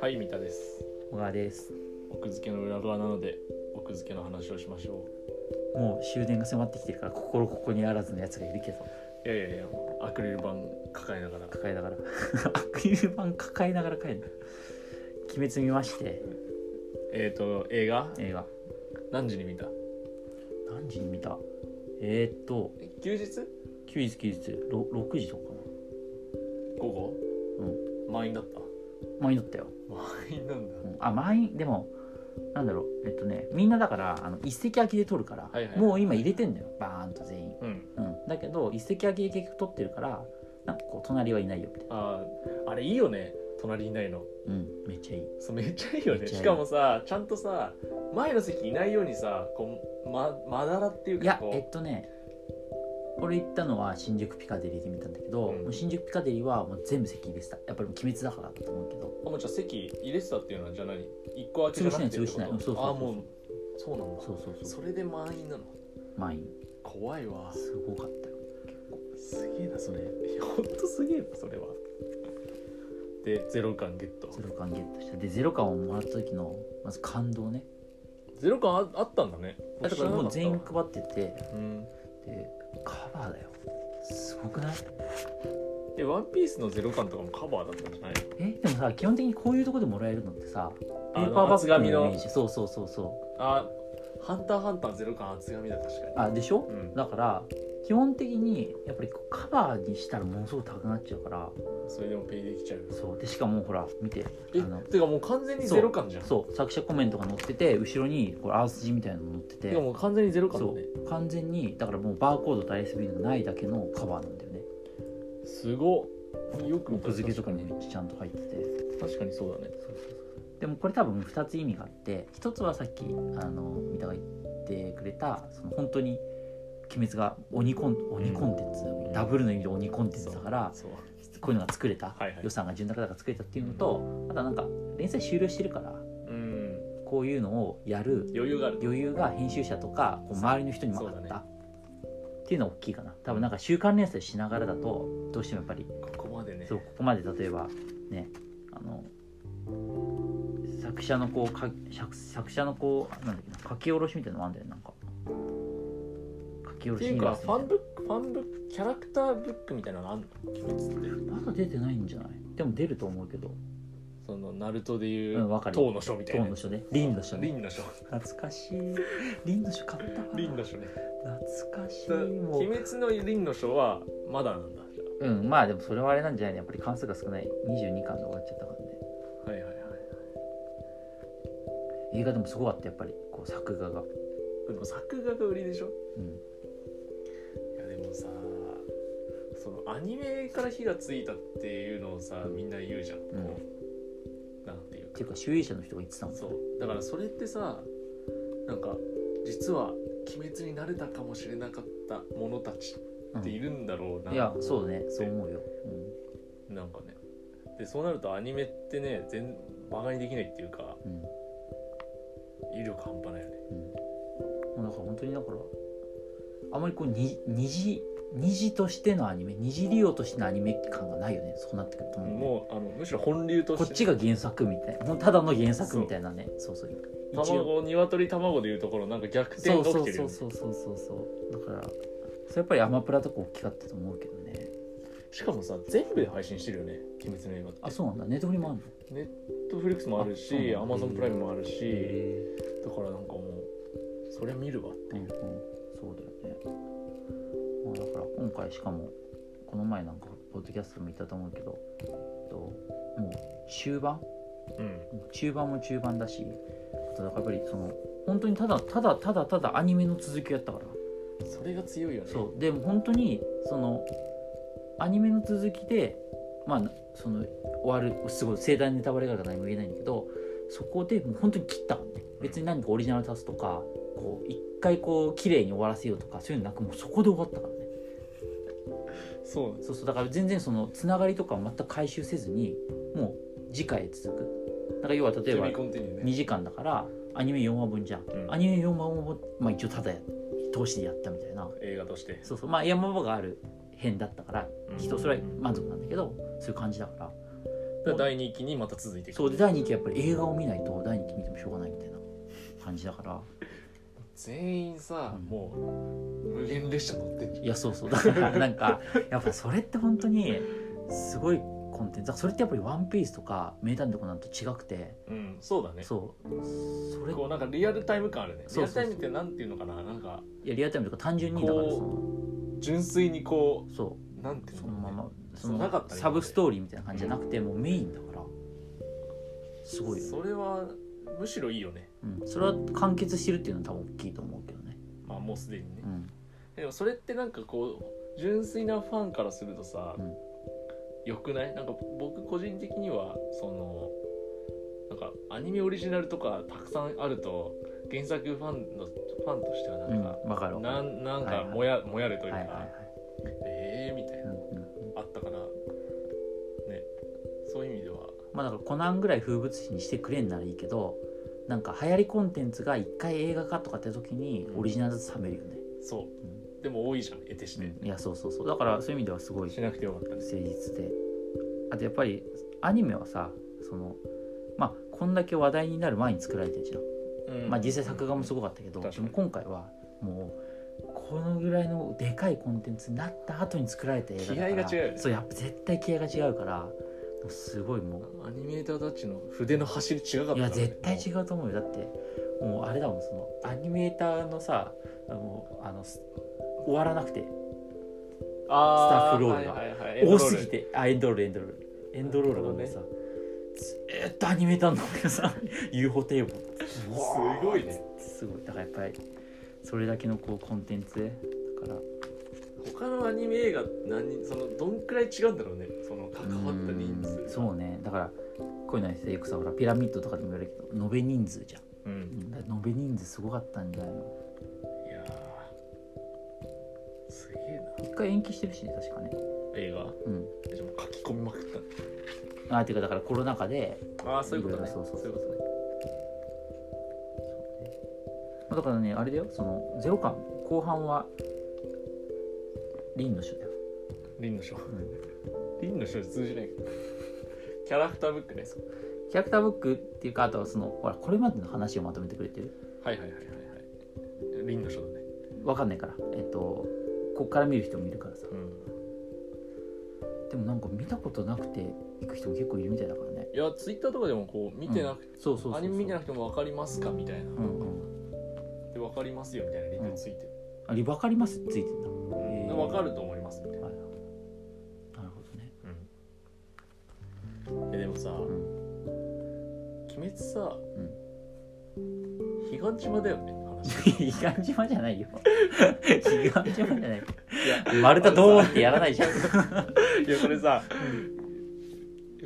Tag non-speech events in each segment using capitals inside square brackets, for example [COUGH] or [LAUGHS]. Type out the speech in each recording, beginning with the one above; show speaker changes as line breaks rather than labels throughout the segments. はい三田です
小川です
奥付けの裏側なので奥付けの話をしましょ
もう終電が迫ってきてるから心ここにあらずのやつがいるけど
ういやいやいやアクリル板抱えながら
抱えながら [LAUGHS] アクリル板抱えながら帰る鬼滅見まして
えっ、ー、と映画
映画
何時に見た
何時に見たえー、っと
休日
休日休日ろ6時とかか
午後満員だった
な満員だったよ、
満員なんだ
うんあ満員でもなんだろうえっとねみんなだからあの一席空きで取るから、
はいはい
もう今入れてんだよバーンと全員、
うん
うん、だけど一席空きで結局取ってるからなんかこう隣はいないよみたいな
あーあれいいよね隣いないの
うんめっちゃいい
そうめっちゃいいよ
め
ね
っちゃいい
しかもさちゃんとさ前の席いないようにさこうままだらっていう
い
か
や
こう
えっとね俺行ったのは新宿ピカデリーで見たんだけど、
うん
もう新宿ピカデリーはもう全部席入れてたやっぱりもう鬼滅だからだと思うけど
あもうじゃあ席入れてたっていうのはじゃあ何一個空けじゃなくてって
潰
こと
してない潰してないうんそうそうそう
あーもうそうなんだ
そうそうそう
それで満員なの
満員
怖いわ
すごかったよ
すげえなそれいやほんとすげえなそれはでゼロ感ゲット
ゼロ感ゲットしてでゼロ感をもらった時のまず感動ね
ゼロ感ああったんだね
だからもう全員
知
配って
らな
て
かったわうん
でカバーだよすごくない
でワンピースのゼロ感とかもカバーだったんじゃない
えでもさ基本的にこういうとこでもらえるのってさ
あ
ペーパーバッグのイ
厚
メージそうそうそうそう
あハンターハンターゼロ感厚紙だ確かに
あでしょ、
うん
だから基本的にやっぱりこうカバーにしたらものすごく高くなっちゃうから
それでもペイできちゃう
そうでしかもほら見てあ
え
の
てかもう完全にゼロ感じゃん
そう作者コメントが載ってて後ろにこれアース字みたいなの載って
て
て
かもう完全にゼロ感
そ
だ
う
ね
完全にだからもうバーコードと ISB がないだけのカバーなんだよね
すごっよく見た
奥付けとかにめっちゃちゃんと入ってて
確かにそうだね
でもこれ多分2つ意味があって1つはさっきあの三田が言ってくれたその本当に鬼滅が鬼コン鬼コンテンツ、
ん
ダブルの意味で鬼コンテンツだから
そう
こういうのが作れた、
はいはい
予算が潤沢だから作れたっていうのと、あとはなんか連載終了してるから
うん
こういうのをやる
余裕がある
余裕が編集者とかこう周りの人にもあ
そう
っ
だ
た、
ね
っていうのは大きいかな多分なんか週刊連載しながらだとどうしてもやっぱり
ここまでね
そうここまで例えばねあの作者のこうか作作者のこうなんだっけな書き下ろしみたいなのもあるんだよなんか書き
っ
下ろ
て
し
いう
ニュ
か
ース
フ
みたい
ァンブックファンブックキャラクターブックみたいなのあんの鬼滅って
なまだ出てないんじゃないでも出ると思うけど
そのナルトでいううん
わかる
塔の書みたいな
今日の書ね凛の書ね
凛の書
懐かしい凛の書買ったわ
凛の書ね
懐かしいもう
鬼滅の凛の書はまだなんだじゃ
うんまあでもそれはあれなんじゃないのやっぱり関数が少ない22巻で終わっちゃったからね
あはいはいはい
映画でもすごかったやっぱりこう作画が
でも作画が売りでしょ
うん
いやでもさそのアニメから火がついたっていうのをさみんな言うじゃんこう、なんていう
っ
か
ていうか集英社の人が言ってたもんね
そうだからそれってさなんか実は鬼滅になれたかもしれなかった者たちっているんだろうな、
いやそうねそう思うよ、
なんかねでそうなるとアニメってね全馬鹿にできないっていうか
うんうん
威力半端ないよね
うんもうなんか本当にだからあまりこうに二次二次としてのアニメ二次利用としてのアニメ感がないよねそうなってくると思うね、
もうあのむしろ本流として
こっちが原作みたいなもうただの原作みたいなねそうそう一応
卵鶏卵でいうところなんか逆転
そ
が
う
起
そ
き
う
てるよ
そ
ね
うそうそうそうそうだからそれやっぱりアマプラとか大きかったと思うけどね
しかもさ全部で配信してるよね「鬼滅の刃」って
あそうなんだネットフリもあるの
ネットフリックスもある
あそう
しア
なん
マ
だ
ゾンプライムもあるし
え
だからなんかもうそれ見るわって
うん
い
うん
う、
そうだよね、まあ、だから今回しかもこの前なんかポッドキャストでも言ったと思うけど、えっと、もう終盤
うん、
中盤も中盤だしあとだからやっぱりその本当にただただただただアニメの続きをやったから
それが強いよね
そうでも本当にそのアニメの続きでまあその終わるすごい盛大なネタバレがあるから何も言えないんだけどそこでもう本当に切ったからね別に何かオリジナル足すとかこう一回こう綺麗に終わらせようとかそういうのなくもうそこで終わったからね
そうなんです
そうそうだから全然そのつながりとかを全く回収せずにもう次回へ続くだから要は例えば
トゥビーコンティニューね
2時間だからアニメ4話分じゃん、
うん
アニメ4話分を、まあ、一応ただや通してやったみたいな
映画として
そうそうまあ山場がある変だったから
うん
人それは満足なんだけどそういう感じだから
だから第2期にまた続いていく
そうで第2期やっぱり映画を見ないと第2期見てもしょうがないみたいな感じだから
全員さ、
うん
もう無限列車乗ってんじゃん
いやそうそうだからなんか [LAUGHS] やっぱそれって本当にすごいコンテンツだからそれってやっぱり「ワンピースとか「名探偵コナン」と違くて
うんそうだね
そうそれ
こうなんかリアルタイム感あるね
そうそうそう
リアルタイムってなんていうのかななんか
いやリアルタイムとか単純にだからその
純粋にこ
そう
なんていうの
うそ
か
の
な
ままそ
そうなかっ
の
たね
サブストーリーみたいな感じじゃなくてもうメインだからすごいよね
それはむしろいいよね
うん、それは完結してるっていうのは多分大きいと思うけどね、
まあもうすでにね、
うん、
でもそれってなんかこう純粋なファンからするとさ、
うん
よくないなんか僕個人的にはそのなんかアニメオリジナルとかたくさんあると原作ファンのファンとしてはな
うんん
か、
わかるわかる
な
は
んなん
はい
か
はい
もや,、もやるという
い
か、
はいはい
ええー、みたい
うん
な
うん
あったからねそういう意味では
まあだからコナンぐらい風物詩にしてくれんならいいけどなんか流行りコンテンツが一回映画化とかって時にオリジナルずつ冷めるよね、
そううでも多いじゃん得てして、
ん、いやそうそうそうだからそういう意味ではすごい
しなくてよかったです
誠実であとやっぱりアニメはさそのまあこんだけ話題になる前に作られてるじゃん、まあ、実際作画もす
ご
ごかったけど、
うん
で
確かに
も今回はもうこのぐらいのでかいコンテンツになった後に作られた映画だから
気合が違うよね
そうやっぱ絶対気合が違うからすごいもう
アニメーターたちの筆の走り違かったか
い
ら
や
ね
絶対違うと思うよだってもうあれだもんそのアニメーターのさあのあのす終わらなくて
あ
スタッフロールが
はいはいはい
多すぎてあエンドロールエンドロールエンドロールがもうさ、ずーっとアニメーターの方がさ [LAUGHS] UFO テーブル
すごいね
すごいだからやっぱりそれだけのこうコンテンツでだから
他のアニメ映画何人そのどんくらい違うんだろうねその関わった人
うん
数
そうねだからこういうのはよくさほらピラミッドとかでも言われるけど延べ人数じゃん
う
うんんだから延べ人数すごかったんじゃないの
いやーすげえな
一回延期してるしね確かね
映画
うん
えじゃあもう書き込みまくったね
あていうかだからコロナ禍で
ああそういうことね
いろいろそうそう
いうことね
まあだからねあれだよそのゼロ感後半はリンの書だよ、
凛の書
うん
凛の書通じないけどキャラクターブックね
キャラクターブックっていうかあとはそのほらこれまでの話をまとめてくれてる
はいはいはいはいはい凛の書だね
わかんないからえっとこっから見る人もいるからさ
うん
でもなんか見たことなくて行く人も結構いるみたいだからね
いやツイッターとかでもこう見てなくて、
そうそうそうそう
アニメ見てなくても分かりますかみたいな、
うんうん
で分かりますよみたいなリンクついてる、
あリバカリマスついてんだへー
分かると思いますみたいな、
はいなるほどね
えでもさ、
ん
鬼滅さ、
うん
彼岸島だよね話
彼岸島じゃないよ彼岸島じゃない
いや
丸太ドーンってやらないじゃん、
[LAUGHS] いやこれさ、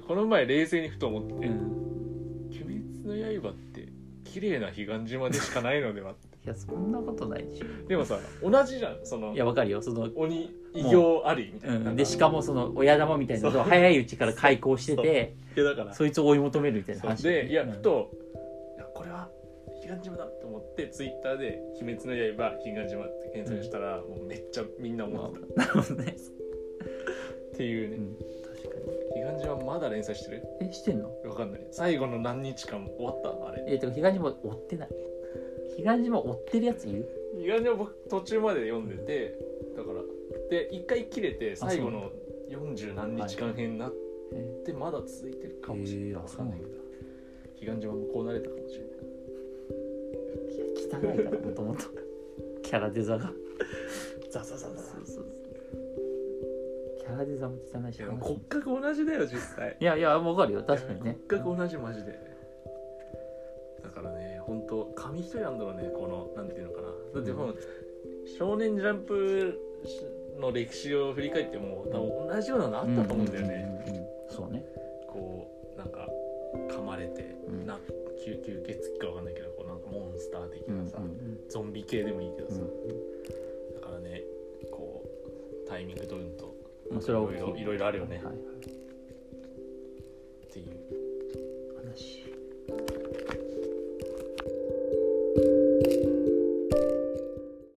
この前冷静にふと思って「
うん、
鬼滅の刃」って綺麗な彼岸島でしかないのでは
いやそんなことないでし
でもさ同じじゃんその
ょいやわかるよその
鬼異形ありみた
う
いな,、
ん、でしかもその親玉みたいなのを早いうちから開口してて
いやだから
そいつを追い求めるみたいな
そう
話
でいや
うん
ふと、いやこれは彼岸島だと思ってツイッターで「鬼滅の刃彼岸島」って検索したら、もうめっちゃみんな
ま
思
あ
ってた
なるほどね、
っていう
う
ね
ん、確かに
彼岸島まだ連載してる
えしてんの
わかんない最後の何日間終わったあれ
えっ、と彼岸島追ってない彼岸島追ってるやついる
彼岸島僕途中まで読んでてだからで一回切れて最後の40何日間編になっ
え
てまだ続いてるかもしれない、
へーあ
わかんないけど彼岸島もこうなれたかもしれない
いや汚いからもともと [LAUGHS] キャラデザが
ザザザザザ
キャラデザも汚いし
いや骨格同じだよ実際
いやいやわかるよ確かにね
骨格同じマジでだからね本当紙一重なんだろうねこのなんていうのかなだってもう、少年ジャンプ」の歴史を振り返っても多分同じようなのあったと思うんだよね、
うんうんうんうんそうね
こうなんか噛まれて、
うん
な救急血鬼かわかんないけどこうなんかモンスター的なさ、
うんうん
ゾンビ系でもいいけど
う
さ、
ん
だからねこうタイミングと運と
まあそれは大き
いろいろいろいろあるよね
はいはい